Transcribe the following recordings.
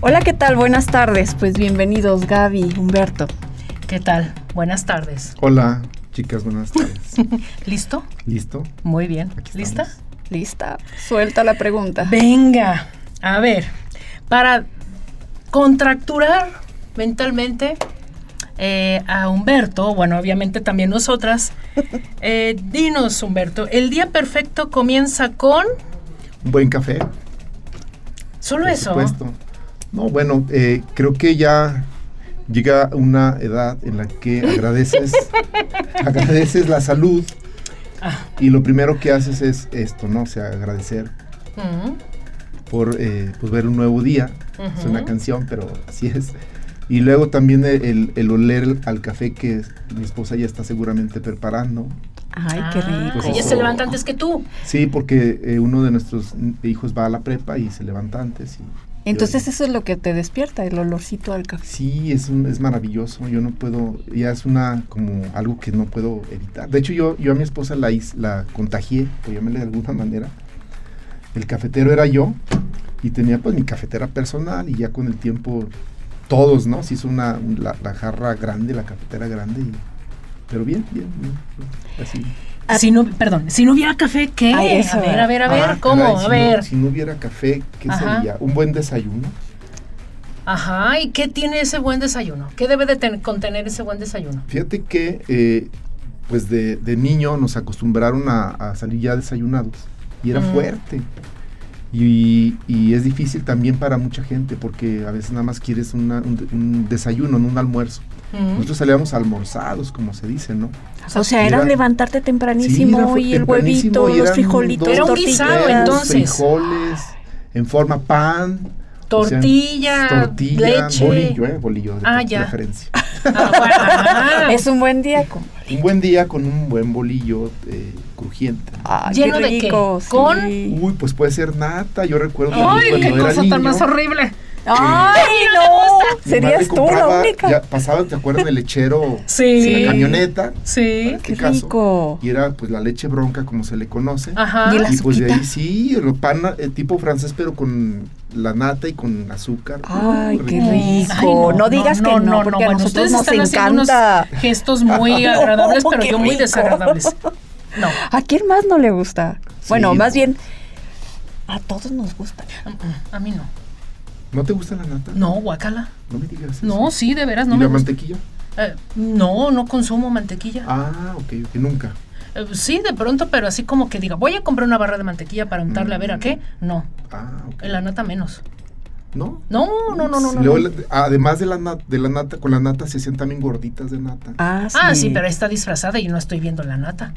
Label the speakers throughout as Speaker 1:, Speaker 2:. Speaker 1: Hola, ¿qué tal? Buenas tardes. Pues bienvenidos Gaby, Humberto.
Speaker 2: ¿Qué tal? Buenas tardes.
Speaker 3: Hola, chicas, buenas tardes.
Speaker 2: ¿Listo?
Speaker 3: ¿Listo?
Speaker 2: Muy bien.
Speaker 3: Aquí
Speaker 2: ¿Lista?
Speaker 3: estamos.
Speaker 1: ¿Lista? Suelta la pregunta.
Speaker 2: Venga. A ver, para contracturar mentalmente eh, a Humberto, bueno, obviamente también nosotras, eh, dinos Humberto, el día perfecto comienza con...
Speaker 3: Un buen café,
Speaker 2: Solo
Speaker 3: por
Speaker 2: eso.
Speaker 3: supuesto. No, bueno, eh, creo que ya llega una edad en la que agradeces, agradeces la salud
Speaker 2: Ah.
Speaker 3: y lo primero que haces es esto, ¿no? O sea, agradecer
Speaker 2: Mm.
Speaker 3: por eh, pues, ver un nuevo día. Es
Speaker 2: Ujú.
Speaker 3: una canción, pero así es. Y luego también el, el- el oler al café que mi esposa ya está seguramente preparando.
Speaker 1: Ay, qué
Speaker 2: Ah,
Speaker 1: rico.
Speaker 2: Ella se levanta antes que tú.
Speaker 3: Sí, porque eh, uno de nuestros hijos va a la prepa y se levanta antes. y-
Speaker 1: Entonces eso es lo que te despierta, el olorcito al café.
Speaker 3: Sí, es, un- es maravilloso. Yo no puedo, ya es una como algo que no puedo evitar. De hecho, yo, yo a mi esposa la, hice- la contagié, por llamarle de alguna manera. El cafetero era yo y tenía pues mi cafetera personal y ya con el tiempo todos, ¿no? Se hizo una, un- la, la jarra grande, la cafetera grande. y- pero bien, bien, bien, bien, así.
Speaker 1: Ah.
Speaker 2: Si no, perdón, si no hubiera café, ¿qué?
Speaker 1: Ay, eso,
Speaker 2: a ver, a ver, a ver,
Speaker 3: Ah,
Speaker 2: ¿cómo?
Speaker 3: caray,
Speaker 2: a
Speaker 3: si
Speaker 2: ver.
Speaker 3: No, si no hubiera café, ¿qué
Speaker 2: Ajá.
Speaker 3: sería? Un buen desayuno.
Speaker 2: Ajá, ¿y qué tiene ese buen desayuno? ¿Qué debe de ten- contener ese buen desayuno?
Speaker 3: Fíjate que, eh, pues de, de niño nos acostumbraron a, a salir ya desayunados y era
Speaker 2: Ujú.
Speaker 3: fuerte. Y, y es difícil también para mucha gente porque a veces nada más quieres una- un, de- un desayuno, no un almuerzo.
Speaker 2: Mm.
Speaker 3: Nosotros salíamos almorzados, como se dice, ¿no?
Speaker 1: O sea,
Speaker 3: era Era-
Speaker 1: levantarte
Speaker 3: Sí, era fu- tempranísimo y eran dos,
Speaker 2: Era un
Speaker 3: tres
Speaker 2: guisado,
Speaker 3: huevos,
Speaker 2: entonces.
Speaker 3: Frijoles, en forma pan. o sea,
Speaker 2: Tortilla,
Speaker 3: tortilla,
Speaker 2: leche.
Speaker 3: bolillo, ¿eh? Bolillo de
Speaker 2: Ah, ya.
Speaker 3: preferencia.
Speaker 2: Ah, bueno, ajá.
Speaker 1: Es un buen día. con-
Speaker 3: Un buen día con un buen bolillo eh, crujiente. ¿no?
Speaker 1: Ay,
Speaker 2: ¿Lleno de qué?
Speaker 1: sí.
Speaker 2: ¿Con?
Speaker 3: Uy, pues puede ser nata. Yo recuerdo también
Speaker 2: ¡Ay, qué
Speaker 3: cuando era
Speaker 2: cosa
Speaker 3: niño,
Speaker 2: tan más horrible!
Speaker 1: ¡Ay, no!
Speaker 3: mi madre
Speaker 1: Serías tú la
Speaker 3: compraba-
Speaker 1: única.
Speaker 3: Ya pasaba, ¿te acuerdas del lechero?
Speaker 2: Sí.
Speaker 3: En la camioneta. para
Speaker 2: Sí.
Speaker 3: este
Speaker 1: ¡Qué
Speaker 3: caso,
Speaker 1: rico!
Speaker 3: Y era pues la leche bronca, como se le conoce.
Speaker 2: Ajá.
Speaker 1: Y la-
Speaker 3: Y pues de ahí
Speaker 1: azuquita.
Speaker 3: sí, el pan eh, tipo francés, pero con la nata y con azúcar.
Speaker 2: Ah.
Speaker 1: Ay,
Speaker 3: Uh,
Speaker 1: qué
Speaker 3: rico.
Speaker 1: rico.
Speaker 2: Ay, no,
Speaker 1: no, digas que no, porque a
Speaker 2: bueno,
Speaker 1: nosotros
Speaker 2: ustedes
Speaker 1: nos
Speaker 2: están haciendo
Speaker 1: encanta.
Speaker 2: unos gestos muy agradables, pero
Speaker 1: qué
Speaker 2: yo muy
Speaker 1: rico.
Speaker 2: desagradables. No.
Speaker 1: ¿A quién más no le gusta?
Speaker 3: Sí,
Speaker 1: Bueno, más
Speaker 3: no.
Speaker 1: bien, a todos nos gusta.
Speaker 2: mm, A mí no.
Speaker 3: ¿No te gusta la nata?
Speaker 2: No, guacala.
Speaker 3: No me digas. eso.
Speaker 2: No, sí, de veras,
Speaker 3: ¿Y
Speaker 2: no
Speaker 3: la
Speaker 2: me gusta.
Speaker 3: mantequilla?
Speaker 2: Eh, no, no consumo mantequilla.
Speaker 3: Ah, ok, ok, nunca.
Speaker 2: Eh, Sí, de pronto, pero así como que diga, voy a comprar una barra de mantequilla para untarle a ver
Speaker 3: Mm.
Speaker 2: a qué. No,
Speaker 3: Ah, ok.
Speaker 2: en la nata menos.
Speaker 3: ¿No?
Speaker 2: No, no, no, no. no,
Speaker 3: Luego
Speaker 2: no.
Speaker 3: la- además de la, nata, de la nata, con la nata se hacían también gorditas de nata.
Speaker 1: Ah,
Speaker 2: Ah, sí, pero está disfrazada y no estoy viendo la nata.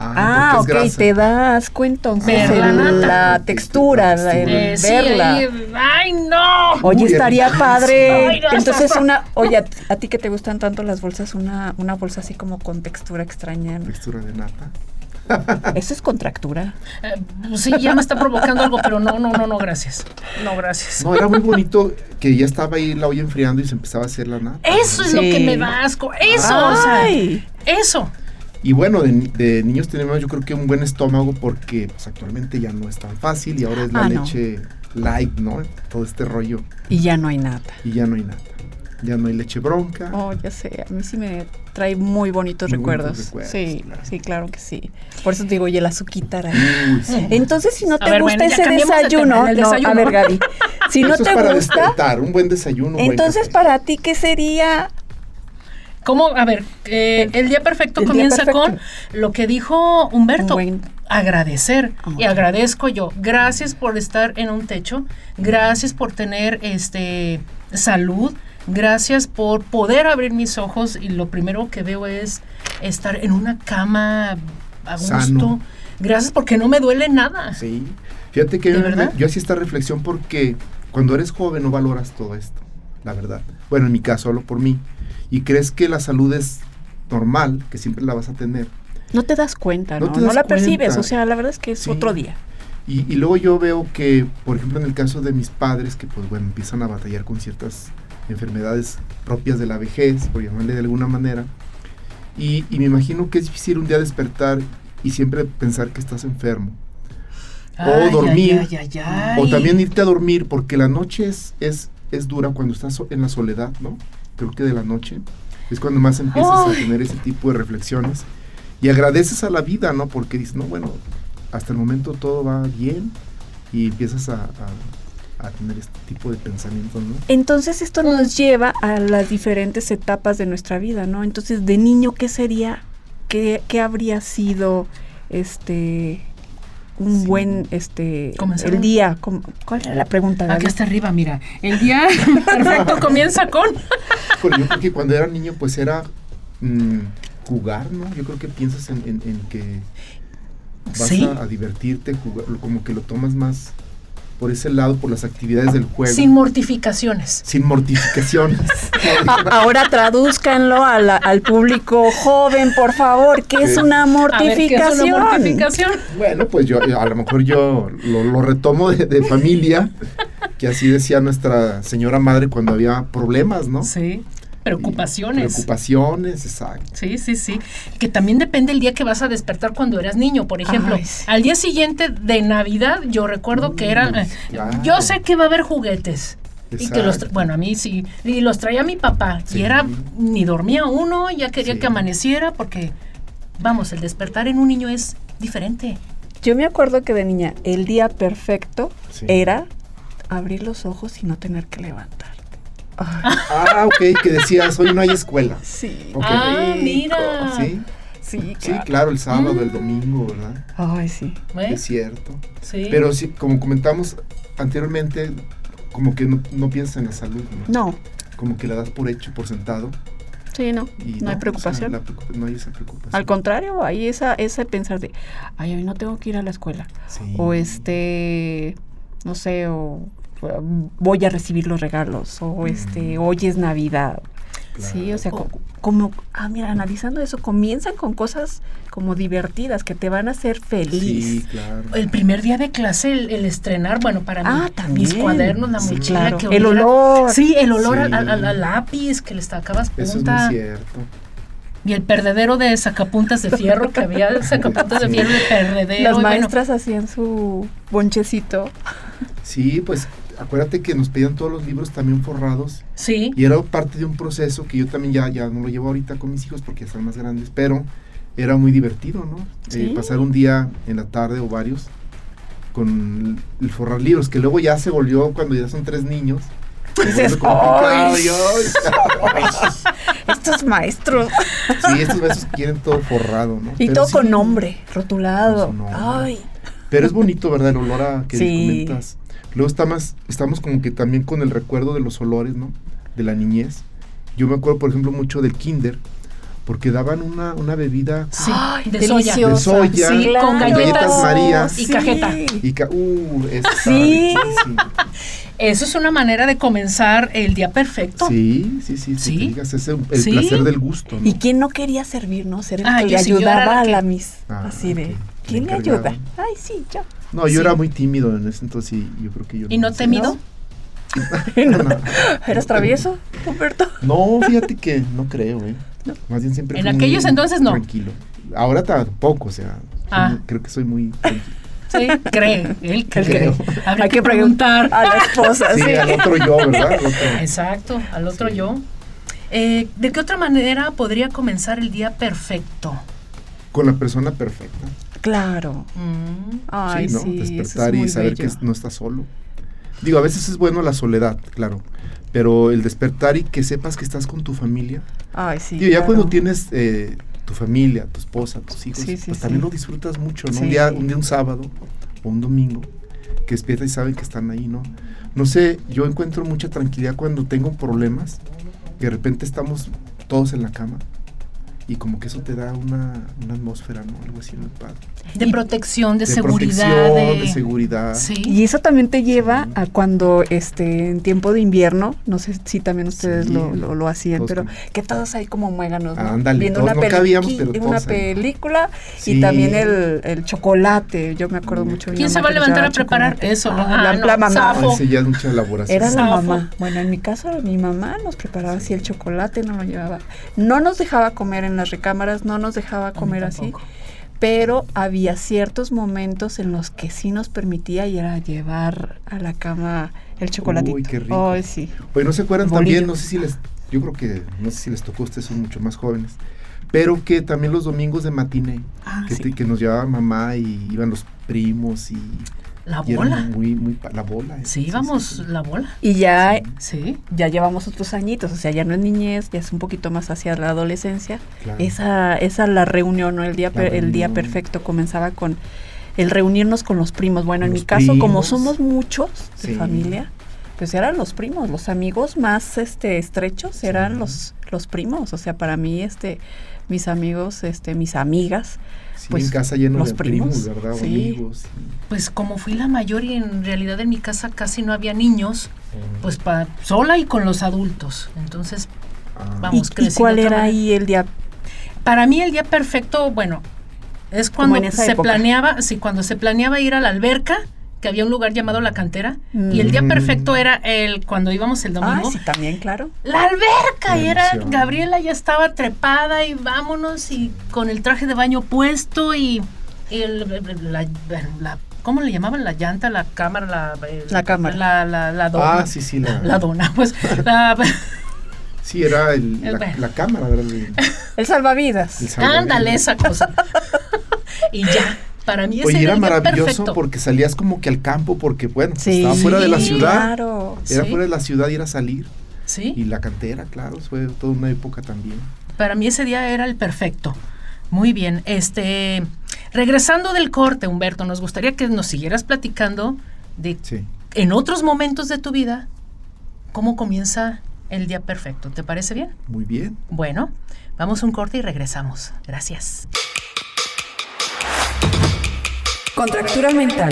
Speaker 1: Ah, ok,
Speaker 3: porque es grasa.
Speaker 1: te das cuenta entonces
Speaker 2: Ver la
Speaker 1: el-
Speaker 2: nata.
Speaker 1: la textura, la- el
Speaker 3: Eh,
Speaker 2: sí,
Speaker 1: verla.
Speaker 2: ahí- ¡Ay, no!
Speaker 1: Oye,
Speaker 3: Uy,
Speaker 1: estaría
Speaker 3: el-
Speaker 1: padre.
Speaker 2: Ay, no,
Speaker 1: Entonces
Speaker 2: está-
Speaker 1: una, oye, a, a ti que te gustan tanto las bolsas, una, una bolsa así como con textura extraña. ¿no?
Speaker 3: Textura de nata.
Speaker 1: Eso es contractura.
Speaker 2: Eh, pues sí, ya me está provocando algo, pero no, no, no, no, gracias. No, gracias.
Speaker 3: No, era muy bonito que ya estaba ahí la olla enfriando y se empezaba a hacer la nata.
Speaker 2: Eso es lo
Speaker 1: Sí.
Speaker 2: que me da asco. Eso,
Speaker 1: Ah, Ay.
Speaker 2: o sea, eso.
Speaker 3: Y bueno, de, ni- de niños tenemos yo creo que un buen estómago porque pues, actualmente ya no es tan fácil y ahora es la
Speaker 1: Ah, no.
Speaker 3: leche light, ¿no? Todo este rollo
Speaker 1: Y ya no hay nata.
Speaker 3: y ya no hay nata. Ya no hay leche bronca.
Speaker 1: Oh, ya sé, a mí sí me trae muy bonitos
Speaker 3: Ah. Muy
Speaker 1: recuerdos.
Speaker 3: bonitos recuerdos,
Speaker 1: sí,
Speaker 3: claro.
Speaker 1: sí, claro que sí. Por eso te digo, oye, la azuquita era-
Speaker 3: Uy, sí.
Speaker 1: Entonces, si no
Speaker 2: A
Speaker 1: te
Speaker 2: ver,
Speaker 1: gusta
Speaker 2: bueno, ya
Speaker 1: ese
Speaker 2: cambiemos de
Speaker 1: desayuno,
Speaker 2: tema, el
Speaker 1: no,
Speaker 2: desayuno.
Speaker 1: a ver, Gaby, si no
Speaker 3: Eso
Speaker 1: te
Speaker 3: es para
Speaker 1: gusta,
Speaker 3: despertar, un buen desayuno. un buen
Speaker 1: entonces
Speaker 3: café.
Speaker 1: para ti, ¿qué sería?
Speaker 2: ¿Cómo? A ver, eh, el día perfecto
Speaker 1: El día
Speaker 2: comienza
Speaker 1: perfecto.
Speaker 2: con lo que dijo Humberto,
Speaker 1: Un buen-
Speaker 2: agradecer.
Speaker 1: Ah,
Speaker 2: Y
Speaker 1: ok.
Speaker 2: agradezco yo. Gracias por estar en un techo, gracias por tener este salud, gracias por poder abrir mis ojos y lo primero que veo es estar en una cama a gusto.
Speaker 3: Sano.
Speaker 2: Gracias porque no me duele nada.
Speaker 3: Sí. Fíjate que
Speaker 2: ¿De
Speaker 3: yo,
Speaker 2: verdad?
Speaker 3: yo hacía esta reflexión porque cuando eres joven no valoras todo esto, la verdad. Bueno, en mi caso hablo por mí. y crees que la salud es normal, que siempre la vas a tener.
Speaker 1: No te das cuenta, ¿no?
Speaker 3: No
Speaker 1: No,
Speaker 3: te das
Speaker 1: la percibes,
Speaker 3: cuenta.
Speaker 1: o sea, la verdad es que es
Speaker 3: Sí.
Speaker 1: otro día.
Speaker 3: Y, y luego yo veo que, por ejemplo, en el caso de mis padres, que pues bueno, empiezan a batallar con ciertas enfermedades propias de la vejez, por llamarle de alguna manera, y, y me imagino que es difícil un día despertar y siempre pensar que estás enfermo.
Speaker 2: Ay,
Speaker 3: dormir,
Speaker 2: ay, ay, ay,
Speaker 3: O
Speaker 2: ay.
Speaker 3: también irte a dormir, porque la noche es, es, es dura cuando estás so- en la soledad, ¿no? Creo que de la noche es cuando más empiezas a
Speaker 2: Ay.
Speaker 3: tener ese tipo de reflexiones. Y agradeces a la vida, ¿no? Porque dices, no, bueno, hasta el momento todo va bien y empiezas a, a- a tener este tipo de pensamientos, ¿no?
Speaker 1: Entonces esto nos lleva a las diferentes etapas de nuestra vida, ¿no? Entonces, de niño, ¿qué sería? ¿Qué, qué habría sido este un
Speaker 3: Sí.
Speaker 1: buen este
Speaker 2: Comenzar
Speaker 1: el
Speaker 2: un- Ah,
Speaker 1: día? Com- ¿Cuál era la pregunta? Gaby?
Speaker 2: Aquí está arriba, mira. El día perfecto comienza con.
Speaker 3: Porque yo creo que cuando era niño, pues era mm, jugar, ¿no? Yo creo que piensas en, en- en que vas
Speaker 2: Sí.
Speaker 3: a, a divertirte, jugar, como que lo tomas más por ese lado, por las actividades del juego.
Speaker 2: Sin mortificaciones.
Speaker 3: sin mortificaciones.
Speaker 1: A- ahora tradúzcanlo a la- al público joven, por favor, ¿qué es
Speaker 3: Sí.
Speaker 1: una
Speaker 2: A ver, ¿qué es una
Speaker 1: mortificación?
Speaker 2: mortificación?
Speaker 3: bueno, pues yo, yo- a lo mejor yo lo, lo retomo de, de familia, que así decía nuestra señora madre cuando había problemas, ¿no?
Speaker 2: Sí.
Speaker 3: Y
Speaker 2: Preocupaciones.
Speaker 3: Preocupaciones, exacto.
Speaker 2: Sí, sí, sí. Que también depende el día que vas a despertar cuando eras niño. Por ejemplo,
Speaker 1: Ay, sí.
Speaker 2: al día siguiente de Navidad, yo recuerdo que era.
Speaker 3: Mm,
Speaker 2: eh,
Speaker 3: claro.
Speaker 2: Yo sé que va a haber juguetes. Y que los. tra-
Speaker 3: exacto.
Speaker 2: Bueno, a mí sí. Y los traía mi papá.
Speaker 3: Sí.
Speaker 2: Y era. Ni dormía uno, ya quería
Speaker 3: Sí.
Speaker 2: que amaneciera, porque. Vamos, el despertar en un niño es diferente.
Speaker 1: Yo me acuerdo que de niña el día perfecto
Speaker 3: Sí.
Speaker 1: era abrir los ojos y no tener que levantarte. Ah,
Speaker 3: Ah, ok, que decías, hoy no hay escuela.
Speaker 1: sí,
Speaker 3: Ok.
Speaker 2: Ah,
Speaker 1: rico.
Speaker 2: mira.
Speaker 3: Sí,
Speaker 1: sí,
Speaker 3: sí,
Speaker 1: claro.
Speaker 3: claro, el sábado,
Speaker 2: Mm.
Speaker 3: el domingo, ¿verdad?
Speaker 1: Ay, sí.
Speaker 2: ¿Ves?
Speaker 3: Es cierto.
Speaker 2: Sí.
Speaker 3: Pero sí, como comentamos anteriormente, como que no, no piensas en la salud, ¿no?
Speaker 1: No,
Speaker 3: Como que la das por hecho, por sentado.
Speaker 1: sí, no.
Speaker 3: y pues,
Speaker 1: no hay
Speaker 3: o sea,
Speaker 1: preocupación.
Speaker 3: la preocupa- no hay esa preocupación.
Speaker 1: Al contrario, hay esa, ese pensar de, ay, hoy no tengo que ir a la escuela.
Speaker 3: Sí.
Speaker 1: O este, no sé, o um, voy a recibir los regalos. O este,
Speaker 3: Mm.
Speaker 1: hoy es Navidad. Sí, o sea,
Speaker 2: O-
Speaker 1: co- como, ah, mira, analizando eso, comienzan con cosas como divertidas que te van a hacer feliz.
Speaker 3: Sí, claro.
Speaker 2: El primer día de clase, el, el estrenar, bueno, para mí,
Speaker 1: Ah, también.
Speaker 2: mis cuadernos, la
Speaker 1: Sí,
Speaker 2: mochila,
Speaker 1: claro.
Speaker 2: que
Speaker 1: El
Speaker 2: oliera-
Speaker 1: olor.
Speaker 2: Sí, el olor
Speaker 3: Sí.
Speaker 2: al, al- al- al lápiz que le sacabas
Speaker 3: Eso es muy
Speaker 2: punta.
Speaker 3: cierto.
Speaker 2: y el perdedero de sacapuntas de fierro, que había sacapuntas de
Speaker 3: Sí.
Speaker 2: fierro de perdedero.
Speaker 1: Las
Speaker 2: y bueno,
Speaker 1: maestras hacían su bonchecito.
Speaker 3: Sí, pues acuérdate que nos pedían todos los libros también forrados
Speaker 2: sí,
Speaker 3: y era parte de un proceso que yo también ya, ya no lo llevo ahorita con mis hijos porque ya están más grandes, pero era muy divertido, ¿no? Eh,
Speaker 1: Sí.
Speaker 3: pasar un día en la tarde o varios con el, el forrar libros, que luego ya se volvió cuando ya son tres niños. se
Speaker 1: Dices,
Speaker 3: vuelve complicado,
Speaker 1: Pues "Ay,
Speaker 3: y, ay".
Speaker 1: Estos maestros.
Speaker 3: Sí, estos besos quieren todo forrado, ¿no?
Speaker 1: Y
Speaker 3: Pero
Speaker 1: todo
Speaker 3: sí,
Speaker 1: con nombre, rotulado.
Speaker 3: Con su nombre.
Speaker 1: Ay,
Speaker 3: Pero es bonito, ¿verdad? El olor a que
Speaker 1: Sí.
Speaker 3: comentas. Luego está más, estamos como que también con el recuerdo de los olores, ¿no? De la niñez. Yo me acuerdo, por ejemplo, mucho del kinder, porque daban una, una bebida
Speaker 2: sí,
Speaker 1: Ay,
Speaker 2: de soya.
Speaker 1: deliciosa.
Speaker 3: de soya,
Speaker 2: Sí, con
Speaker 3: galletas María.
Speaker 2: y cajeta.
Speaker 3: y ca- uh, esa estaba
Speaker 1: Sí.
Speaker 3: riquísima.
Speaker 2: Eso es una manera de comenzar el día perfecto.
Speaker 3: Sí, sí, sí, sí.
Speaker 2: Sí.
Speaker 3: que digas, ese- el
Speaker 2: Sí.
Speaker 3: placer del gusto, ¿no?
Speaker 1: ¿Y quién no quería servirnos? Era el
Speaker 2: Ah,
Speaker 1: que
Speaker 2: yo
Speaker 1: le
Speaker 2: sí, yo era
Speaker 1: ayudaba
Speaker 2: la
Speaker 1: a
Speaker 2: que-
Speaker 1: la Miss.
Speaker 3: Ah,
Speaker 1: Así de,
Speaker 3: ok.
Speaker 1: ¿quién me
Speaker 3: Encargada.
Speaker 1: ayuda? Ay, sí, yo.
Speaker 3: No, yo
Speaker 2: Sí.
Speaker 3: era muy tímido en ese entonces y yo creo que yo
Speaker 2: ¿Y no temido?
Speaker 3: No.
Speaker 1: ¿Eras travieso, Humberto?
Speaker 3: No, fíjate que no creo, ¿eh? Más bien siempre
Speaker 2: En
Speaker 3: fui
Speaker 2: aquellos
Speaker 3: muy
Speaker 2: entonces, no.
Speaker 3: Tranquilo. Ahora tampoco, o sea, soy
Speaker 2: Ah.
Speaker 3: muy- creo que soy muy tranquilo.
Speaker 2: Sí, cree, él cree.
Speaker 3: creo.
Speaker 2: Habría
Speaker 1: Hay Ah.
Speaker 2: que preguntar.
Speaker 1: a la esposa.
Speaker 3: Sí,
Speaker 1: sí.
Speaker 3: al otro yo, ¿verdad? Al otro.
Speaker 2: Exacto, al otro
Speaker 3: Sí.
Speaker 2: yo. Eh, ¿De qué otra manera podría comenzar el día perfecto?
Speaker 3: Con la persona perfecta.
Speaker 1: Claro.
Speaker 2: Mm,
Speaker 1: Ay, sí,
Speaker 3: ¿no?
Speaker 1: eso es
Speaker 3: Despertar
Speaker 1: muy
Speaker 3: y saber
Speaker 1: bello.
Speaker 3: que no estás solo. Digo, a veces es bueno la soledad, claro. Pero el despertar y que sepas que estás con tu familia.
Speaker 1: Ay, sí.
Speaker 3: Digo, ya
Speaker 1: claro.
Speaker 3: cuando tienes eh, tu familia, tu esposa, tus hijos,
Speaker 1: Sí, sí,
Speaker 3: pues
Speaker 1: sí.
Speaker 3: también lo disfrutas mucho, ¿no?
Speaker 1: Sí.
Speaker 3: Un, día, un día, un sábado o un domingo, que despiertas y saben que están ahí, ¿no? No sé, yo encuentro mucha tranquilidad cuando tengo problemas, que de repente estamos todos en la cama Y como que eso te da una, una atmósfera, ¿no? Algo así muy padre.
Speaker 2: De
Speaker 1: Y-
Speaker 2: protección, de, seguridad.
Speaker 3: protección,
Speaker 2: de-
Speaker 3: de seguridad.
Speaker 2: Sí.
Speaker 1: Y eso también te lleva
Speaker 3: Sí.
Speaker 1: a cuando este en tiempo de invierno, no sé si también ustedes
Speaker 3: Sí.
Speaker 1: lo, lo- lo hacían,
Speaker 3: Todos
Speaker 1: pero
Speaker 3: como-
Speaker 1: que todos ahí como muéganos, ¿no?
Speaker 3: Ándale,
Speaker 1: viendo
Speaker 3: todos
Speaker 1: una,
Speaker 3: no
Speaker 1: peli-
Speaker 3: cabíamos, pero
Speaker 1: una
Speaker 3: todos ahí.
Speaker 1: película y
Speaker 3: Sí.
Speaker 1: también el, el chocolate, yo me acuerdo
Speaker 3: Mm.
Speaker 1: mucho. de mi
Speaker 2: ¿Quién se
Speaker 1: mamá
Speaker 2: va a
Speaker 1: que nos llevaba
Speaker 2: levantar a preparar
Speaker 1: chocolate.
Speaker 2: eso?
Speaker 1: Ah,
Speaker 2: Ah,
Speaker 1: la,
Speaker 2: no,
Speaker 1: la mamá.
Speaker 2: zafo.
Speaker 3: Ah, ese ya es mucha elaboración.
Speaker 1: Era la
Speaker 2: Zafo.
Speaker 1: mamá. Bueno, en mi caso, mi mamá nos preparaba así el chocolate, no lo llevaba. No nos dejaba comer en las recámaras, no nos dejaba comer así,
Speaker 2: tampoco.
Speaker 1: pero había ciertos momentos en los que sí nos permitía y era llevar a la cama el chocolatito.
Speaker 3: Uy, qué rico.
Speaker 1: Ay, sí.
Speaker 3: Oye, Pues ¿no se acuerdan
Speaker 1: Bolillo.
Speaker 3: también? No sé si les, yo creo que, no sé si les tocó, ustedes son mucho más jóvenes, pero que también los domingos de matiné,
Speaker 1: Ah,
Speaker 3: que,
Speaker 1: sí.
Speaker 3: te- que nos llevaba mamá y iban los primos y,
Speaker 2: La
Speaker 3: y era
Speaker 2: bola.
Speaker 3: muy, muy, pa- la bola. eh,
Speaker 2: Sí, íbamos
Speaker 3: sí, sí.
Speaker 2: la bola.
Speaker 1: Y ya,
Speaker 2: Sí.
Speaker 1: ya llevamos otros añitos, o sea, ya no es niñez, ya es un poquito más hacia la adolescencia.
Speaker 3: Claro.
Speaker 1: Esa, esa la reunión, ¿no? El día,
Speaker 3: La
Speaker 1: per- el día
Speaker 3: reunión.
Speaker 1: perfecto comenzaba con el reunirnos con los primos. Bueno, en
Speaker 3: Los
Speaker 1: mi caso, como
Speaker 3: primos.
Speaker 1: somos muchos de
Speaker 3: Sí.
Speaker 1: familia, pues eran los primos, los amigos más este estrechos eran
Speaker 3: Sí.
Speaker 1: los, los primos. O sea, para mí, este, mis amigos, este, mis amigas,
Speaker 3: Sí,
Speaker 1: pues,
Speaker 3: en casa lleno
Speaker 1: los
Speaker 3: de primos,
Speaker 1: primos,
Speaker 3: ¿verdad? O
Speaker 1: sí.
Speaker 3: Amigos.
Speaker 2: Pues como fui la mayor y en realidad en mi casa casi no había niños,
Speaker 3: y-
Speaker 2: pues pa- sola y con los adultos. Entonces,
Speaker 3: Ah,
Speaker 2: vamos.
Speaker 1: ¿Y,
Speaker 2: Vamos,
Speaker 1: y
Speaker 2: creciendo
Speaker 1: cuál
Speaker 2: de otra
Speaker 1: era
Speaker 2: manera.
Speaker 1: ahí el día?
Speaker 2: para mí el día perfecto, bueno, es
Speaker 1: Como
Speaker 2: cuando
Speaker 1: en esa
Speaker 2: se
Speaker 1: época.
Speaker 2: planeaba, sí, cuando se planeaba ir a la alberca, que había un lugar llamado La Cantera, y el día
Speaker 3: Mm.
Speaker 2: perfecto era el cuando íbamos el
Speaker 1: Ah,
Speaker 2: domingo.
Speaker 1: sí, también, claro.
Speaker 2: La alberca,
Speaker 3: Qué
Speaker 2: y era
Speaker 3: emoción.
Speaker 2: Gabriela ya estaba trepada y vámonos y con el traje de baño puesto y, y el- la, la- ¿cómo le llamaban? La llanta, la cámara, la el-
Speaker 1: La cámara.
Speaker 2: la la, la dona,
Speaker 3: Ah, sí, sí, la,
Speaker 2: la dona, pues la,
Speaker 3: sí, era el-
Speaker 2: El
Speaker 3: la,
Speaker 2: ver-
Speaker 3: la cámara, ¿verdad? El-
Speaker 1: El salvavidas.
Speaker 3: el salvavidas.
Speaker 2: ándale esa cosa y ya para mí ese
Speaker 3: Oye,
Speaker 2: era
Speaker 3: era
Speaker 2: el día
Speaker 3: maravilloso
Speaker 2: perfecto.
Speaker 3: porque salías como que al campo, porque bueno, pues,
Speaker 1: Sí.
Speaker 3: estaba fuera de la
Speaker 2: Sí,
Speaker 3: ciudad.
Speaker 1: Claro.
Speaker 3: Era
Speaker 2: Sí.
Speaker 3: fuera de la ciudad y era salir.
Speaker 2: sí.
Speaker 3: Y la cantera, claro, fue toda una época también.
Speaker 2: Para mí ese día era el perfecto. Muy bien. Este, regresando del corte, Humberto, nos gustaría que nos siguieras platicando de
Speaker 3: Sí.
Speaker 2: en otros momentos de tu vida cómo comienza el día perfecto. ¿Te parece bien?
Speaker 3: Muy bien.
Speaker 2: Bueno, vamos a un corte y regresamos. Gracias.
Speaker 4: Contractura mental.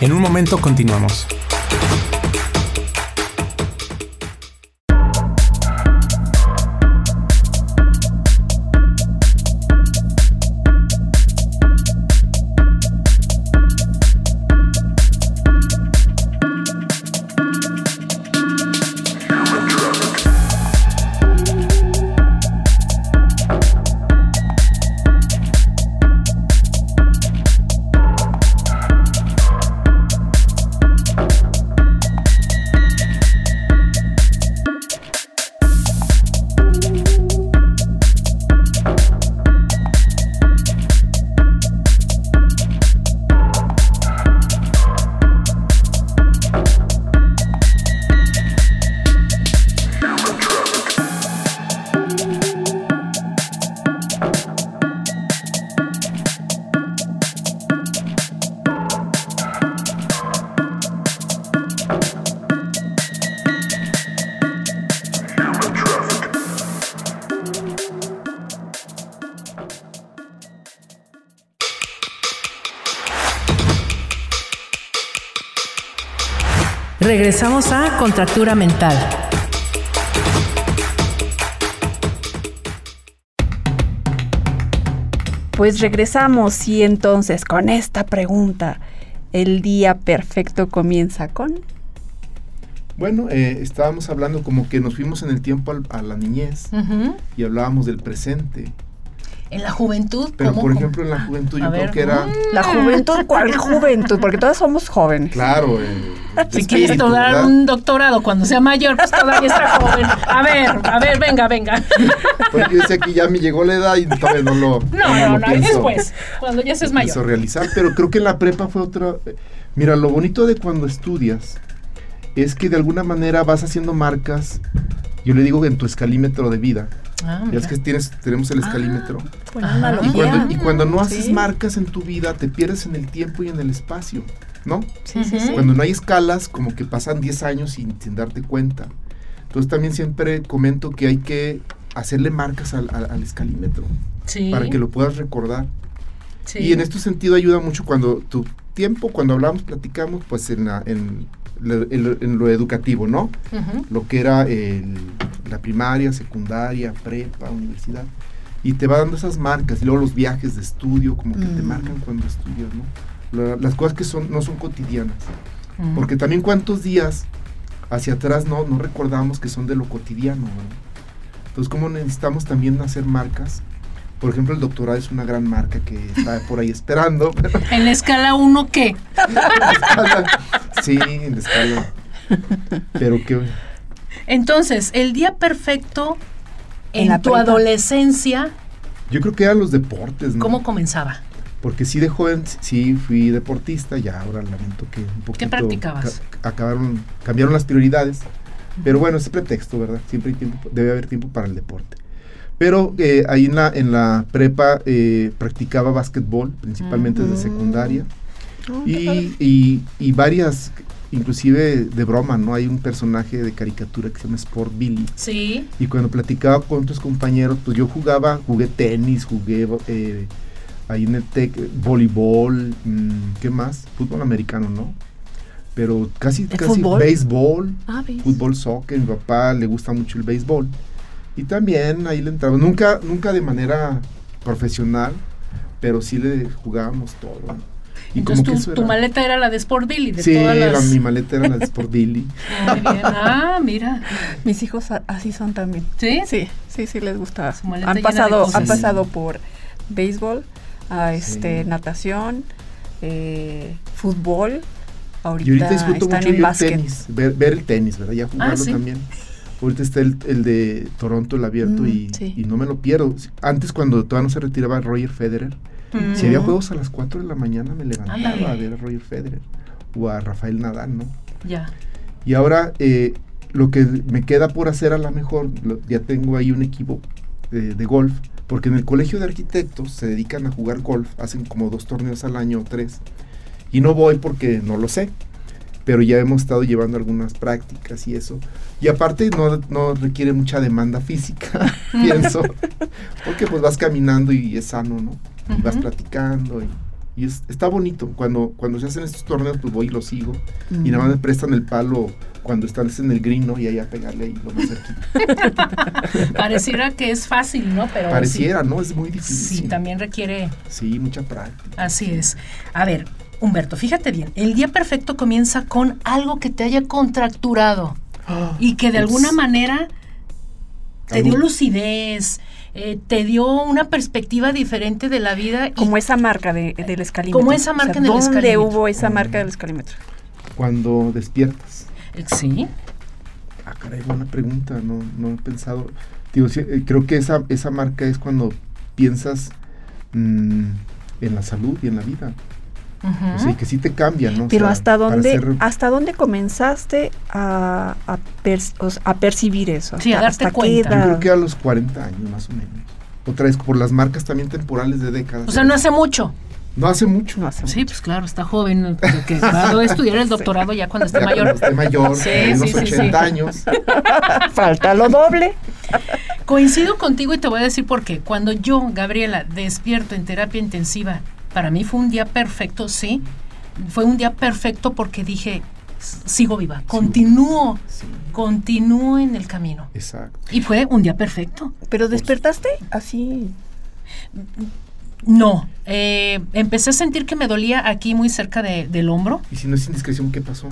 Speaker 5: En un momento continuamos.
Speaker 4: Regresamos a Contractura mental.
Speaker 1: Pues regresamos y entonces con esta pregunta, el día perfecto comienza con...
Speaker 3: Bueno, eh, estábamos hablando como que nos fuimos en el tiempo al- a la niñez
Speaker 2: Ujú.
Speaker 3: y hablábamos del presente.
Speaker 2: En la juventud,
Speaker 3: Pero,
Speaker 2: ¿cómo
Speaker 3: por
Speaker 2: com-
Speaker 3: ejemplo, en la juventud
Speaker 2: A
Speaker 3: yo creo
Speaker 2: ver,
Speaker 3: que era,
Speaker 2: mm,
Speaker 1: La juventud, ¿cuál juventud? Porque todos somos jóvenes.
Speaker 3: claro, el, el
Speaker 2: Si quieres
Speaker 3: espíritu,
Speaker 2: dar
Speaker 3: ¿verdad?
Speaker 2: un doctorado cuando sea mayor, pues todavía está joven. A ver, a ver, venga, venga.
Speaker 3: Pues yo decía que ya me llegó la edad y todavía no lo
Speaker 2: No,
Speaker 3: lo
Speaker 2: no, no,
Speaker 3: pienso-
Speaker 2: después, cuando ya seas
Speaker 3: pienso
Speaker 2: mayor.
Speaker 3: realizar, pero creo que en la prepa fue otra... eh, Mira, lo bonito de cuando estudias es que de alguna manera vas haciendo marcas, yo le digo que en tu escalímetro de vida.
Speaker 2: Ah,
Speaker 3: Ya
Speaker 2: mira.
Speaker 3: ves que tienes, tenemos el escalímetro.
Speaker 1: Con
Speaker 2: Ajá.
Speaker 1: analogía.
Speaker 3: Y cuando, y cuando no haces
Speaker 1: Ah, Sí.
Speaker 3: marcas en tu vida, te pierdes en el tiempo y en el espacio, ¿no?
Speaker 1: Sí, sí, sí.
Speaker 3: Cuando no hay escalas, como que pasan 10 años sin, sin darte cuenta. Entonces también siempre comento que hay que hacerle marcas al, al- al escalímetro
Speaker 2: Sí.
Speaker 3: para que lo puedas recordar.
Speaker 2: sí.
Speaker 3: Y en este sentido ayuda mucho cuando tu tiempo, cuando hablamos, platicamos, pues en, la- en lo- en lo- en lo educativo, ¿no?
Speaker 2: Ujú.
Speaker 3: lo que era el- la primaria, secundaria, prepa, universidad. Y te va dando esas marcas. Y luego los viajes de estudio, como que te
Speaker 1: Mm.
Speaker 3: marcan cuando estudias, ¿no? La- las cosas que son, no son cotidianas.
Speaker 2: Ujú.
Speaker 3: Porque también cuántos días hacia atrás no, no recordamos que son de lo cotidiano, ¿no? Entonces, ¿cómo necesitamos también hacer marcas? Por ejemplo, el doctorado es una gran marca que está por ahí esperando. pero-
Speaker 2: En la escala 1, ¿qué?
Speaker 3: sí, en la escala. Pero que...
Speaker 2: Entonces, el día perfecto
Speaker 1: En
Speaker 2: en,
Speaker 1: la
Speaker 2: tu
Speaker 1: prepa.
Speaker 2: adolescencia,
Speaker 3: Yo creo que eran los deportes, ¿no?
Speaker 2: ¿cómo comenzaba?
Speaker 3: Porque sí de joven, sí fui deportista, ya ahora lamento que un poquito...
Speaker 2: practicabas?
Speaker 3: ca- acabaron, cambiaron las prioridades. Pero bueno, es pretexto, ¿verdad? Siempre hay tiempo, debe haber tiempo para el deporte. Pero eh, ahí en la, en la prepa eh, practicaba básquetbol, principalmente desde
Speaker 1: Mm. Ah,
Speaker 3: secundaria. Y, y- y varias, inclusive de broma, ¿no? Hay un personaje de caricatura que se llama Sport Billy.
Speaker 2: Sí.
Speaker 3: Y cuando platicaba con tus compañeros, pues yo jugaba, jugué tenis, jugué eh, ahí en el TEC, eh, voleibol, mm, ¿qué más? Fútbol americano, ¿no? Pero casi,
Speaker 1: ¿De
Speaker 3: casi
Speaker 1: fútbol?
Speaker 3: béisbol,
Speaker 1: Ah, ¿ves?
Speaker 3: fútbol, soccer, mi papá le gusta mucho el béisbol. Y también ahí le entraba, nunca, nunca de manera profesional, pero sí le jugábamos todo. ¿no? Y
Speaker 2: Entonces,
Speaker 3: que
Speaker 2: tu,
Speaker 3: eso
Speaker 2: tu
Speaker 3: era-
Speaker 2: maleta era la de Sport Billy, de
Speaker 3: Sí,
Speaker 2: todas
Speaker 3: era-
Speaker 2: las.
Speaker 3: mi maleta era la de Sport Billy.
Speaker 2: Muy bien. Ah, mira.
Speaker 1: Mis hijos a- así son también.
Speaker 2: Sí.
Speaker 1: Sí, sí, sí les gusta.
Speaker 2: Su maleta
Speaker 1: Han
Speaker 2: llena de
Speaker 1: pasado,
Speaker 2: cosas.
Speaker 1: han pasado por béisbol, a este
Speaker 3: Sí.
Speaker 1: natación, eh, fútbol. Ahorita,
Speaker 3: Y ahorita disfruto
Speaker 1: están
Speaker 3: mucho
Speaker 1: en
Speaker 3: yo el
Speaker 1: básquet. Ah,
Speaker 3: tenis, ver, ver el tenis, ¿verdad? Ya jugarlo
Speaker 2: sí.
Speaker 3: también. Ahorita está el, el de Toronto, el abierto,
Speaker 1: Mm,
Speaker 3: y,
Speaker 1: sí.
Speaker 3: y no me lo pierdo. Antes, cuando todavía no se retiraba Roger Federer,
Speaker 2: Mm.
Speaker 3: si había juegos a las 4 de la mañana, me levantaba
Speaker 2: Ándale.
Speaker 3: a ver a Roger Federer o a Rafael Nadal, ¿no?
Speaker 2: Ya.
Speaker 3: Y ahora eh, lo que me queda por hacer a lo mejor, lo- ya tengo ahí un equipo eh, de, de golf, porque en el colegio de arquitectos se dedican a jugar golf, hacen como dos torneos al año o tres, y no voy porque no lo sé, pero ya hemos estado llevando algunas prácticas y eso. Y aparte no, no requiere mucha demanda física, pienso, porque pues vas caminando y es sano, ¿no? Y vas
Speaker 2: Ujú.
Speaker 3: platicando y, y es- está bonito. Cuando, cuando se hacen estos torneos, pues voy y los sigo. Y nada más me prestan el palo cuando estás en el green, ¿no? Y ahí a pegarle y lo más cerquita.
Speaker 2: Pareciera que es fácil, ¿no? Pero sí.
Speaker 3: Pareciera, ¿no? Es muy
Speaker 2: Sí,
Speaker 3: difícil.
Speaker 2: también requiere.
Speaker 3: Sí, mucha práctica.
Speaker 2: Así es. A ver, Humberto, fíjate bien. El día perfecto comienza con algo que te haya contracturado y que de
Speaker 3: Ups.
Speaker 2: alguna manera te
Speaker 3: Algo-
Speaker 2: dio lucidez, eh, te dio una perspectiva diferente de la vida. y-
Speaker 1: Como esa marca de- del escalímetro.
Speaker 2: Como esa marca en el
Speaker 1: ¿dónde
Speaker 2: escalímetro?
Speaker 1: hubo esa
Speaker 3: Mm.
Speaker 1: marca del escalímetro?
Speaker 3: Cuando despiertas.
Speaker 2: Eh, sí,
Speaker 3: Ah, caray, buena pregunta. No, no he pensado. Digo, sí, eh, creo que esa, esa marca es cuando piensas mm, en la salud y en la vida.
Speaker 2: ujú.
Speaker 3: O sea, y que sí te cambia, ¿no? O
Speaker 1: Pero
Speaker 3: sea,
Speaker 1: hasta
Speaker 3: para
Speaker 1: dónde,
Speaker 3: ser-
Speaker 1: hasta dónde comenzaste a, a, pers- o sea, a percibir eso.
Speaker 2: Sí, a
Speaker 1: ¿Hasta-
Speaker 2: darte
Speaker 1: hasta qué
Speaker 2: cuenta.
Speaker 3: yo
Speaker 1: edad?
Speaker 3: creo que a los 40 años, más o menos. Otra vez, por las marcas también temporales de décadas.
Speaker 2: O sea, no hace mucho.
Speaker 3: No hace mucho.
Speaker 1: No hace
Speaker 2: Sí, pues claro, está joven, Pues que- que va a estudiar el doctorado ya cuando esté
Speaker 3: Ya cuando
Speaker 2: mayor.
Speaker 3: esté mayor,
Speaker 2: Sí,
Speaker 3: de unos
Speaker 2: sí, sí, sí.
Speaker 3: 80 años.
Speaker 1: Falta lo doble.
Speaker 2: Coincido contigo y te voy a decir por qué. Cuando yo, Gabriela, despierto en terapia intensiva, para mí fue un día perfecto, sí. Fue un día perfecto porque dije, "S- sigo viva, continúo,
Speaker 3: Sí,
Speaker 2: continúo en el camino.
Speaker 3: exacto.
Speaker 2: Y fue un día perfecto.
Speaker 1: Pero
Speaker 3: Pues
Speaker 1: despertaste así.
Speaker 2: No, eh, empecé a sentir que me dolía aquí muy cerca de- del hombro.
Speaker 3: Y si no es indiscreción, ¿qué pasó?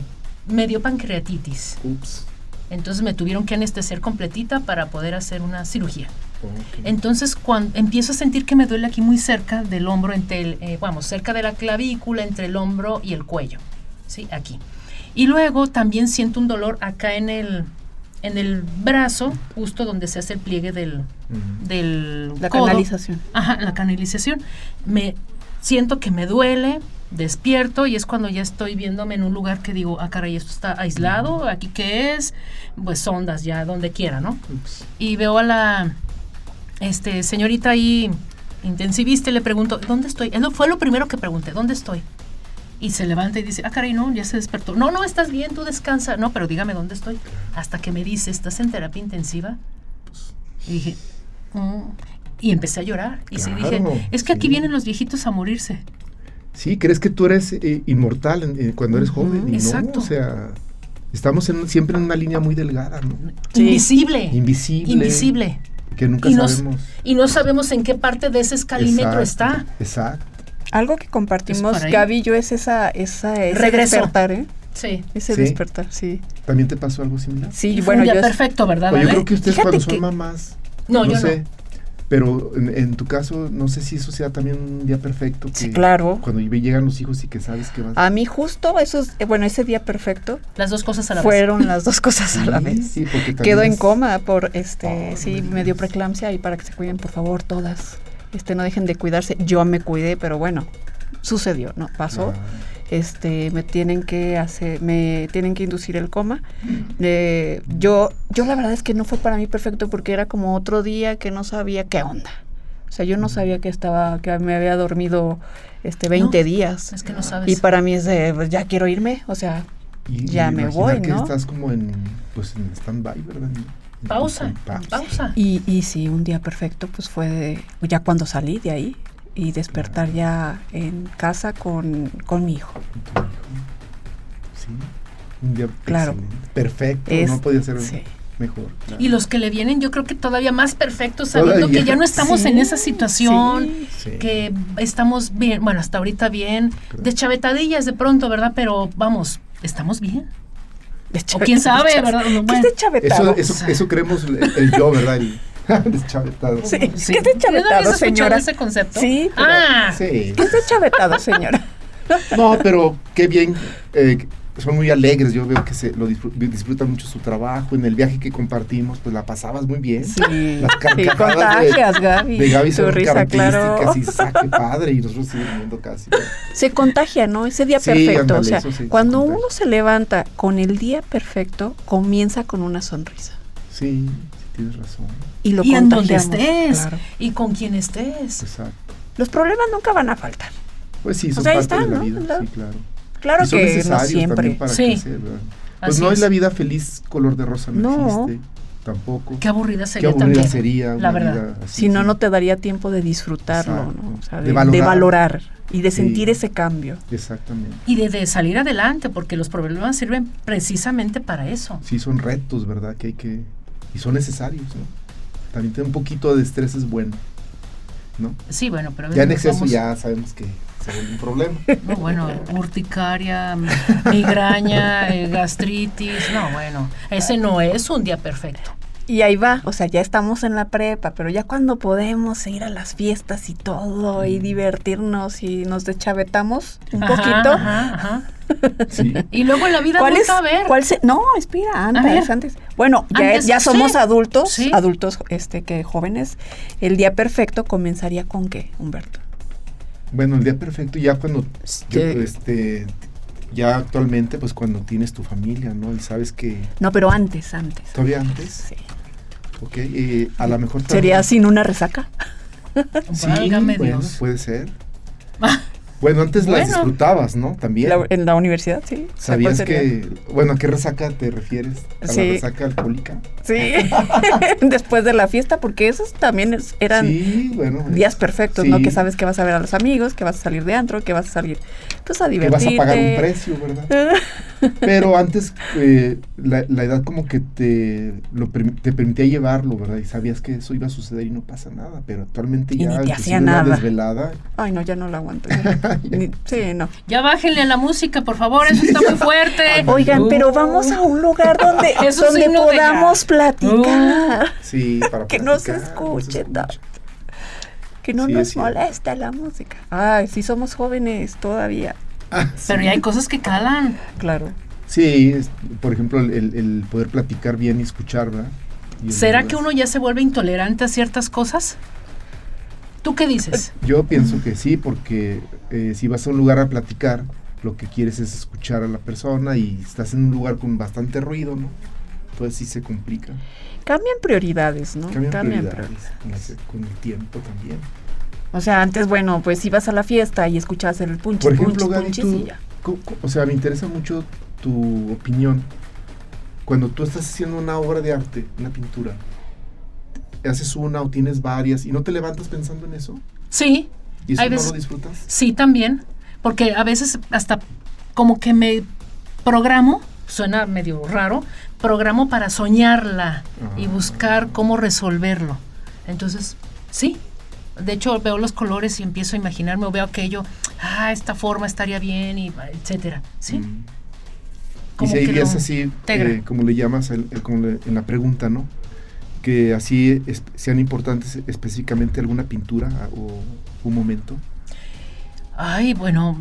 Speaker 2: Me dio pancreatitis.
Speaker 3: Ups.
Speaker 2: Entonces me tuvieron que anestesiar completita para poder hacer una cirugía.
Speaker 3: ok.
Speaker 2: Entonces, cuando empiezo a sentir que me duele aquí muy cerca del hombro, entre el, eh, vamos, cerca de la clavícula, entre el hombro y el cuello, ¿sí? Aquí. Y luego también siento un dolor acá en el, en el brazo, justo donde se hace el pliegue del,
Speaker 3: Mm.
Speaker 2: del
Speaker 1: La
Speaker 2: codo.
Speaker 1: canalización.
Speaker 2: Ajá, la canalización. Me siento que me duele, despierto y es cuando ya estoy viéndome en un lugar que digo, ah, caray, esto está aislado, aquí qué es, pues ondas ya, donde quiera, ¿no?
Speaker 3: Ups.
Speaker 2: y veo a la este, señorita ahí intensivista y le pregunto, ¿dónde estoy? Es lo- fue lo primero que pregunté, ¿dónde estoy? Y se levanta y dice, ah, caray, no, ya se despertó. No, no, estás bien, tú descansa. No, pero dígame dónde estoy. Hasta que me dice, ¿estás en terapia intensiva? Y dije, Mm. Y empecé a llorar. Y sí
Speaker 3: Claro,
Speaker 2: dije, es que aquí
Speaker 3: sí.
Speaker 2: vienen los viejitos a morirse.
Speaker 3: Sí, crees que tú eres eh, inmortal en- eh, cuando eres joven. y
Speaker 2: exacto.
Speaker 3: No, o sea, estamos en, siempre en una línea muy delgada, ¿no?
Speaker 6: Sí.
Speaker 2: Invisible.
Speaker 1: Eh,
Speaker 3: Invisible.
Speaker 2: Invisible.
Speaker 3: Que nunca
Speaker 2: Y no,
Speaker 3: sabemos.
Speaker 2: y no sabemos en qué parte de ese escalímetro está.
Speaker 3: Exacto, Exacto.
Speaker 1: Algo que
Speaker 2: Es
Speaker 1: compartimos,
Speaker 2: por ahí.
Speaker 1: Gaby, yo es esa, esa, ese
Speaker 2: Regreso.
Speaker 1: despertar, ¿eh?
Speaker 2: Sí.
Speaker 1: Ese
Speaker 3: Sí.
Speaker 1: despertar, sí.
Speaker 3: ¿También te pasó algo similar?
Speaker 1: Sí,
Speaker 2: Y fue
Speaker 1: bueno,
Speaker 2: un día
Speaker 1: yo,
Speaker 2: perfecto, ¿verdad?
Speaker 3: Pues yo
Speaker 2: Ale?
Speaker 3: creo que ustedes
Speaker 1: ¿eh? Fíjate
Speaker 3: cuando son
Speaker 1: que-
Speaker 3: mamás,
Speaker 2: no, yo
Speaker 3: sé,
Speaker 2: no.
Speaker 3: pero en, en tu caso, no sé si eso sea también un día perfecto.
Speaker 1: sí,
Speaker 3: que
Speaker 1: claro. Ah,
Speaker 3: Cuando llegan los hijos y que sabes que vas
Speaker 1: A mí justo esos, eh, bueno, ese día perfecto
Speaker 2: Las dos cosas a la vez.
Speaker 1: fueron las dos cosas a la
Speaker 3: Sí,
Speaker 1: vez.
Speaker 3: sí, porque también
Speaker 1: Quedo en
Speaker 3: es-
Speaker 1: coma por este,
Speaker 2: Oh,
Speaker 3: Ay,
Speaker 1: sí,
Speaker 3: no
Speaker 1: me dio
Speaker 3: digas.
Speaker 1: preeclampsia y para que se cuiden, por favor, todas. Este, no dejen de cuidarse. Yo me cuidé, pero bueno, sucedió, no, pasó.
Speaker 3: Ah,
Speaker 1: Este, me tienen que hacer, me tienen que inducir el coma.
Speaker 2: Mm.
Speaker 1: Eh, yo, yo la verdad es que no fue para mí perfecto porque era como otro día que no sabía qué onda. O sea, yo
Speaker 2: Mm.
Speaker 1: no sabía que estaba, que me había dormido este 20
Speaker 2: No,
Speaker 1: días.
Speaker 2: Es que no sabes.
Speaker 1: Y para mí es de, pues, ya quiero irme, o sea,
Speaker 3: y-
Speaker 1: Ya
Speaker 3: y
Speaker 1: me
Speaker 3: imaginar
Speaker 1: voy,
Speaker 3: que
Speaker 1: ¿no?
Speaker 3: estás como en, pues, en stand-by, ¿verdad? En- en-
Speaker 2: Pausa.
Speaker 3: en pausa.
Speaker 2: Pausa.
Speaker 1: Y, y sí, un día perfecto, pues fue de- ya cuando salí de ahí y despertar ya en casa con, con mi hijo.
Speaker 3: con tu hijo. Sí. Un día
Speaker 1: Claro.
Speaker 3: excelente. perfecto.
Speaker 1: Es-
Speaker 3: no podía ser
Speaker 1: sí.
Speaker 3: mejor. claro.
Speaker 2: Y los que le vienen, yo creo que todavía más perfectos, sabiendo
Speaker 3: Todavía.
Speaker 2: que ya no estamos
Speaker 1: Sí,
Speaker 2: en esa situación,
Speaker 3: Sí.
Speaker 2: que estamos bien, bueno, hasta ahorita bien,
Speaker 3: Claro.
Speaker 2: de chavetadillas de pronto, ¿verdad? Pero vamos, ¿estamos bien? O quién sabe, ¿verdad? Bueno,
Speaker 1: ¿Qué es de chavetado?
Speaker 3: Eso, eso, eso creemos el, el yo, ¿verdad? El, deschavetado.
Speaker 1: Sí. ¿Qué es de
Speaker 2: ¿No
Speaker 1: chavetado,
Speaker 2: habías escuchado
Speaker 1: señora?
Speaker 2: ese concepto?
Speaker 1: Sí, pero-
Speaker 2: Ah,
Speaker 3: Sí.
Speaker 1: ¿Qué es de chavetado, señora?
Speaker 3: No, pero qué bien. eh, son muy alegres. Yo veo que se lo disfru- disfrutan mucho su trabajo. En el viaje que compartimos, pues la pasabas muy bien.
Speaker 1: Sí,
Speaker 3: Las
Speaker 1: sí,
Speaker 3: carcajadas
Speaker 1: contagias, Gaby.
Speaker 3: De Gaby
Speaker 1: tu
Speaker 3: son
Speaker 1: risa, claro. Oh,
Speaker 3: características y sa, qué padre. Y nosotros seguimos viendo casi.
Speaker 1: Se contagia, ¿no? Ese día
Speaker 3: Sí,
Speaker 1: perfecto.
Speaker 3: ándale,
Speaker 1: o sea,
Speaker 3: eso sí, se
Speaker 1: cuando
Speaker 3: contagia.
Speaker 1: uno se levanta con el día perfecto, comienza con una sonrisa.
Speaker 3: Sí, sí, tienes razón.
Speaker 1: Y lo
Speaker 2: y en donde
Speaker 1: contagiamos,
Speaker 2: estés,
Speaker 1: claro.
Speaker 2: y con quien estés.
Speaker 3: Exacto.
Speaker 1: Los problemas nunca van a faltar.
Speaker 3: Pues sí, son
Speaker 1: sea, ahí
Speaker 3: parte de
Speaker 1: están,
Speaker 3: la
Speaker 1: ¿no?
Speaker 3: vida.
Speaker 1: Claro.
Speaker 3: Sí, claro.
Speaker 1: Claro
Speaker 3: Y son
Speaker 1: que no
Speaker 3: necesarios
Speaker 1: siempre.
Speaker 3: también para
Speaker 2: Sí.
Speaker 3: crecer, ¿verdad? Pues
Speaker 2: Así
Speaker 3: no es
Speaker 2: es.
Speaker 3: la vida feliz color de rosa, no,
Speaker 1: No.
Speaker 3: existe. Tampoco.
Speaker 2: Qué aburrida
Speaker 3: Qué
Speaker 2: sería
Speaker 3: aburrida
Speaker 2: también.
Speaker 3: sería
Speaker 2: la
Speaker 3: una
Speaker 2: verdad.
Speaker 3: vida así,
Speaker 1: Si no,
Speaker 3: sí.
Speaker 1: no te daría tiempo de disfrutarlo, ¿no? O sea, de,
Speaker 3: Exacto.
Speaker 1: de
Speaker 3: De
Speaker 1: valorar.
Speaker 3: valorar.
Speaker 1: y de
Speaker 3: Sí.
Speaker 1: sentir ese cambio.
Speaker 3: Exactamente.
Speaker 2: Y de, de salir adelante, porque los problemas sirven precisamente para eso.
Speaker 3: Sí, son retos, ¿verdad? Que hay que... Y son necesarios, ¿no? También tener un poquito de estrés es bueno, ¿no?
Speaker 2: Sí, bueno, pero a
Speaker 3: Ya en
Speaker 2: veces
Speaker 3: exceso
Speaker 2: vamos-
Speaker 3: ya sabemos que se vuelve un problema.
Speaker 2: No, bueno, urticaria, m- migraña, eh, gastritis. No, bueno, ese no es un día perfecto.
Speaker 1: Y ahí va, o sea, ya estamos en la prepa, pero ya cuando podemos ir a las fiestas y todo,
Speaker 3: Mm.
Speaker 1: y divertirnos y nos deschavetamos un
Speaker 2: Ajá,
Speaker 1: poquito.
Speaker 2: ajá, ajá.
Speaker 3: Sí.
Speaker 2: Y luego en la vida
Speaker 1: ¿Cuál es?
Speaker 2: adulta, a ver.
Speaker 1: ¿Cuál se- no, espera, antes,
Speaker 2: ver.
Speaker 1: antes. Bueno, ya,
Speaker 2: Antes,
Speaker 1: ya somos
Speaker 2: sí,
Speaker 1: adultos,
Speaker 2: sí.
Speaker 1: adultos este que jóvenes. El día perfecto comenzaría con qué, Humberto?
Speaker 3: Bueno, el día perfecto ya cuando... yo,
Speaker 1: Sí.
Speaker 3: este, ya actualmente, pues cuando tienes tu familia, ¿no? Y sabes que
Speaker 1: No, pero antes, antes.
Speaker 3: todavía antes,
Speaker 1: Sí.
Speaker 3: ¿ok? Eh, a lo mejor...
Speaker 1: Sería
Speaker 3: también-
Speaker 1: sin una resaca.
Speaker 3: Sí,
Speaker 2: Válgame
Speaker 3: bueno,
Speaker 2: Dios.
Speaker 3: puede ser. Bueno, antes la
Speaker 2: Bueno.
Speaker 3: disfrutabas, ¿no? También.
Speaker 1: La- en la universidad, sí. O sea, ¿cuál
Speaker 3: ¿Sabías
Speaker 1: sería?
Speaker 3: que... Bueno, ¿a qué resaca te refieres? ¿A
Speaker 1: Sí.
Speaker 3: la resaca alcohólica?
Speaker 1: Sí, después de la fiesta, porque esos también es- eran
Speaker 3: sí, bueno, eh, es-
Speaker 1: días perfectos, ¿no?
Speaker 3: sí,
Speaker 1: Que sabes que vas a ver a los amigos, que vas a salir de antro, que vas a salir, pues, a
Speaker 3: que
Speaker 1: divertirte.
Speaker 3: vas a pagar un precio, ¿verdad? Pero antes eh, la, la edad como que te, lo, permi- te permitía llevarlo, ¿verdad? Y sabías que eso iba a suceder y no pasa nada, pero actualmente
Speaker 1: Y
Speaker 3: ya
Speaker 1: ni te
Speaker 3: inclusive
Speaker 1: hacía
Speaker 3: una
Speaker 1: nada.
Speaker 3: desvelada.
Speaker 1: Ay, no, ya no lo aguanto. ya. Ni- sí, no.
Speaker 2: Ya bájenle a la música, por favor, eso está muy fuerte.
Speaker 1: Oigan,
Speaker 2: Uh,
Speaker 1: pero vamos a un lugar donde,
Speaker 2: Eso
Speaker 1: donde
Speaker 2: sí no
Speaker 1: podamos platicar.
Speaker 3: Sí, para
Speaker 1: Que no se
Speaker 3: platicar, no se
Speaker 1: escuche, no. Que no
Speaker 3: Sí,
Speaker 1: nos
Speaker 3: es cierto.
Speaker 1: moleste la música. Ay, sí somos jóvenes todavía.
Speaker 2: Pero ya hay cosas que calan.
Speaker 1: Claro.
Speaker 3: Ah, Sí, es- por ejemplo, el, el- el poder platicar bien y escuchar, ¿verdad? Y el-
Speaker 2: ¿Será que uno ya se vuelve intolerante a ciertas cosas? ¿Tú qué dices?
Speaker 1: Eh.
Speaker 3: Yo pienso que sí, porque eh, si vas a un lugar a platicar, lo que quieres es escuchar a la persona y estás en un lugar con bastante ruido, ¿no? Entonces sí se complica.
Speaker 1: Cambian prioridades, ¿no?
Speaker 3: Cambian prioridades con el- con el tiempo también.
Speaker 1: O sea, antes, bueno, pues ibas a la fiesta y escuchabas el punchi,
Speaker 3: Por ejemplo,
Speaker 1: punchi,
Speaker 3: Gaby,
Speaker 1: punchis
Speaker 3: tú-
Speaker 1: y ya.
Speaker 3: co- co- o sea, me interesa mucho tu opinión. Cuando tú estás haciendo una obra de arte, una pintura, haces una o tienes varias y no te levantas pensando en eso?
Speaker 2: Sí,
Speaker 3: ¿Y eso
Speaker 2: Hay
Speaker 3: no
Speaker 2: veces-
Speaker 3: lo disfrutas?
Speaker 2: sí también, porque a veces hasta como que me programo, suena medio raro, programo para soñarla y
Speaker 3: Ah.
Speaker 2: buscar cómo resolverlo. Entonces, sí. De hecho, veo los colores y empiezo a imaginarme o veo aquello, ah, esta forma estaría bien y etcétera, ¿sí?
Speaker 3: Mm.
Speaker 2: Como
Speaker 3: y si
Speaker 2: que
Speaker 3: ahí es
Speaker 2: lo
Speaker 3: así,
Speaker 2: integra.
Speaker 3: eh, como le llamas el- el- como le- en la pregunta, ¿no? Que así es- sean importantes específicamente alguna pintura a- o un momento.
Speaker 2: Ay, bueno,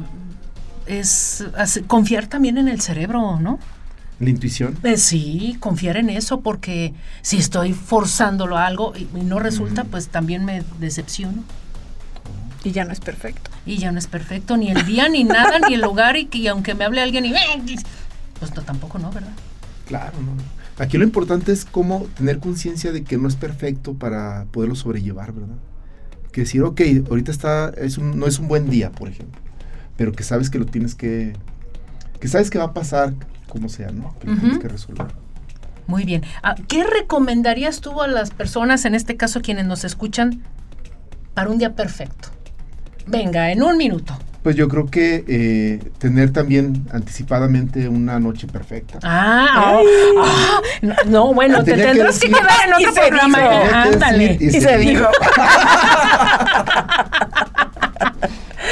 Speaker 2: es hace- confiar también en el cerebro, ¿no?
Speaker 3: La intuición.
Speaker 2: Eh, sí, confiar en eso, porque si estoy forzándolo a algo y, y no resulta,
Speaker 3: Mm.
Speaker 2: pues también me decepciono.
Speaker 1: Y ya no es perfecto.
Speaker 2: Y ya no es perfecto, ni el día, ni nada, ni el lugar, y, que- y aunque me hable alguien y... Pues no, tampoco no, ¿verdad?
Speaker 3: Claro, no. Aquí lo importante es cómo tener conciencia de que no es perfecto para poderlo sobrellevar, ¿verdad? Que decir, ok, ahorita está, es un- no es un buen día, por ejemplo, pero que sabes que lo tienes que, que sabes que va a pasar como sea, ¿no? Que lo tienes
Speaker 2: Ujú.
Speaker 3: que resolver.
Speaker 2: Muy bien. Ah, ¿Qué recomendarías tú a las personas, en este caso quienes nos escuchan, para un día perfecto? Venga, en un minuto.
Speaker 3: Pues yo creo que eh, tener también anticipadamente una noche perfecta.
Speaker 2: Ah, ah, ah, no, no, bueno, te
Speaker 3: Tenía que
Speaker 2: tendrás que,
Speaker 3: decir.
Speaker 2: quedar en otro programa.
Speaker 3: Tenía
Speaker 2: eh,
Speaker 3: que
Speaker 2: Ándale.
Speaker 3: decir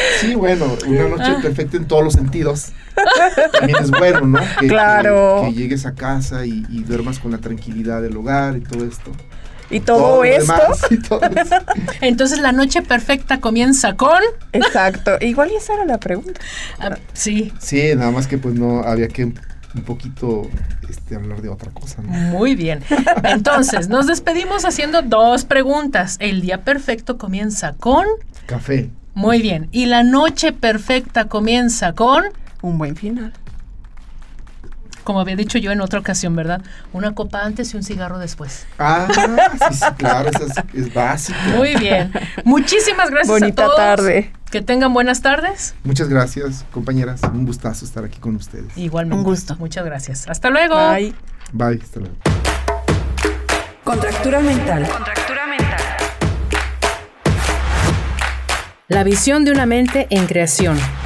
Speaker 3: Sí, bueno, una noche perfecta en todos los sentidos. También es bueno, ¿no? Que-
Speaker 1: Claro.
Speaker 3: Que, que llegues a casa y, y duermas con la tranquilidad del hogar y todo esto.
Speaker 1: Y todo,
Speaker 3: lo
Speaker 1: esto.
Speaker 3: demás y todo eso.
Speaker 2: Entonces la noche perfecta comienza con...
Speaker 1: Exacto. Igual y esa era la pregunta.
Speaker 2: ah, sí,
Speaker 3: Sí, nada más que pues no había que un poquito este, hablar de otra cosa, ¿no?
Speaker 2: muy bien. Entonces nos despedimos haciendo dos preguntas. El día perfecto comienza con...
Speaker 3: Café.
Speaker 2: Muy bien. Y la noche perfecta comienza con...
Speaker 1: Un buen final.
Speaker 2: Como había dicho yo en otra ocasión, ¿verdad? Una copa antes y un cigarro después.
Speaker 3: Ah, sí, sí, claro, eso es, es básico.
Speaker 2: Muy bien. Muchísimas gracias
Speaker 1: Bonita
Speaker 2: a todos.
Speaker 1: tarde.
Speaker 2: Que tengan buenas tardes.
Speaker 3: Muchas gracias, compañeras. Un gustazo estar aquí con ustedes.
Speaker 2: Igualmente.
Speaker 1: Un gusto.
Speaker 2: Muchas gracias. Hasta luego.
Speaker 1: Bye.
Speaker 3: Bye, hasta luego.
Speaker 4: Contractura mental. La visión de una mente en creación.